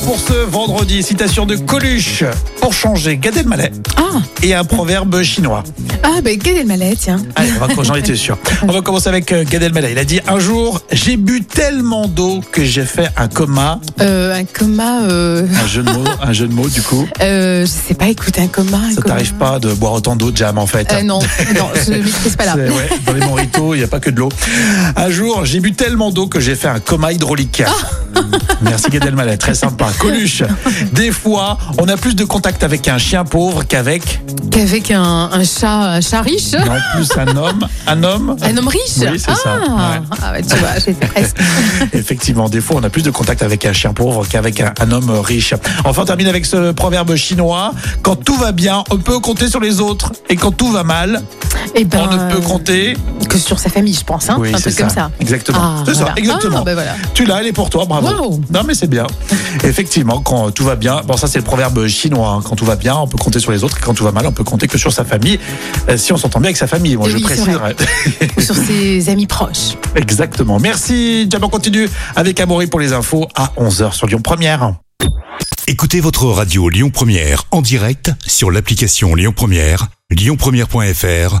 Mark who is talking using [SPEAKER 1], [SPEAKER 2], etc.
[SPEAKER 1] pour ce vendredi, citation de Coluche. Pour changer, Gad Elmaleh
[SPEAKER 2] Ah,
[SPEAKER 1] et un proverbe chinois.
[SPEAKER 2] ah ben quel est le malais, tiens.
[SPEAKER 1] Allez, on va j'en étais sûr. On va commencer avec euh, Gad Elmaleh. Il a dit un jour, j'ai bu tellement d'eau que j'ai fait un coma.
[SPEAKER 2] Euh, un coma, euh,
[SPEAKER 1] Un jeu de mots, un jeu de mots du coup.
[SPEAKER 2] euh, je sais pas, écoute, un coma. un
[SPEAKER 1] Ça
[SPEAKER 2] coma.
[SPEAKER 1] t'arrive pas de boire autant d'eau, Jam, en fait.
[SPEAKER 2] Euh, Non, non, je ne maîtrise pas là.
[SPEAKER 1] C'est- ouais, dans les moritos, il n'y a pas que de l'eau. Un jour, j'ai bu tellement d'eau que j'ai fait un coma hydraulique.
[SPEAKER 2] Ah.
[SPEAKER 1] Merci Gad Elmaleh, très sympa. Coluche, des fois, on a plus de contact avec un chien pauvre qu'avec,
[SPEAKER 2] Qu'avec un, un chat, un chat riche,
[SPEAKER 1] et en plus un homme, un homme.
[SPEAKER 2] un homme riche.
[SPEAKER 1] Oui, c'est
[SPEAKER 2] ah,
[SPEAKER 1] ça, ouais.
[SPEAKER 2] ah ouais, tu vois, j'étais presque.
[SPEAKER 1] Effectivement, des fois, on a plus de contact avec un chien pauvre qu'avec un, un homme riche. Enfin, on termine avec ce proverbe chinois. Quand tout va bien, on peut compter sur les autres. Et quand tout va mal,
[SPEAKER 2] Eh ben,
[SPEAKER 1] on ne peut
[SPEAKER 2] euh,
[SPEAKER 1] compter.
[SPEAKER 2] que sur sa famille, je pense, hein, un
[SPEAKER 1] c'est
[SPEAKER 2] truc comme ça.
[SPEAKER 1] Exactement.
[SPEAKER 2] Ah,
[SPEAKER 1] c'est ça,
[SPEAKER 2] voilà.
[SPEAKER 1] exactement.
[SPEAKER 2] Ah, ben voilà.
[SPEAKER 1] Tu l'as, elle est pour toi, bravo.
[SPEAKER 2] Wow.
[SPEAKER 1] Non, mais c'est bien. Effectivement, quand tout va bien, bon, ça c'est le proverbe chinois. hein. Quand tout va bien, on peut compter sur les autres. Et quand tout va mal, on peut compter que sur sa famille. Euh, si on s'entend bien avec sa famille, moi
[SPEAKER 2] Oui,
[SPEAKER 1] je
[SPEAKER 2] c'est
[SPEAKER 1] préciserai.
[SPEAKER 2] Ou sur ses amis proches.
[SPEAKER 1] exactement. Merci. Jam, on continue avec Amaury pour les infos à 11h sur Lyon Première.
[SPEAKER 3] Écoutez votre radio Lyon Première en direct sur l'application Lyon Première, lyonpremière.fr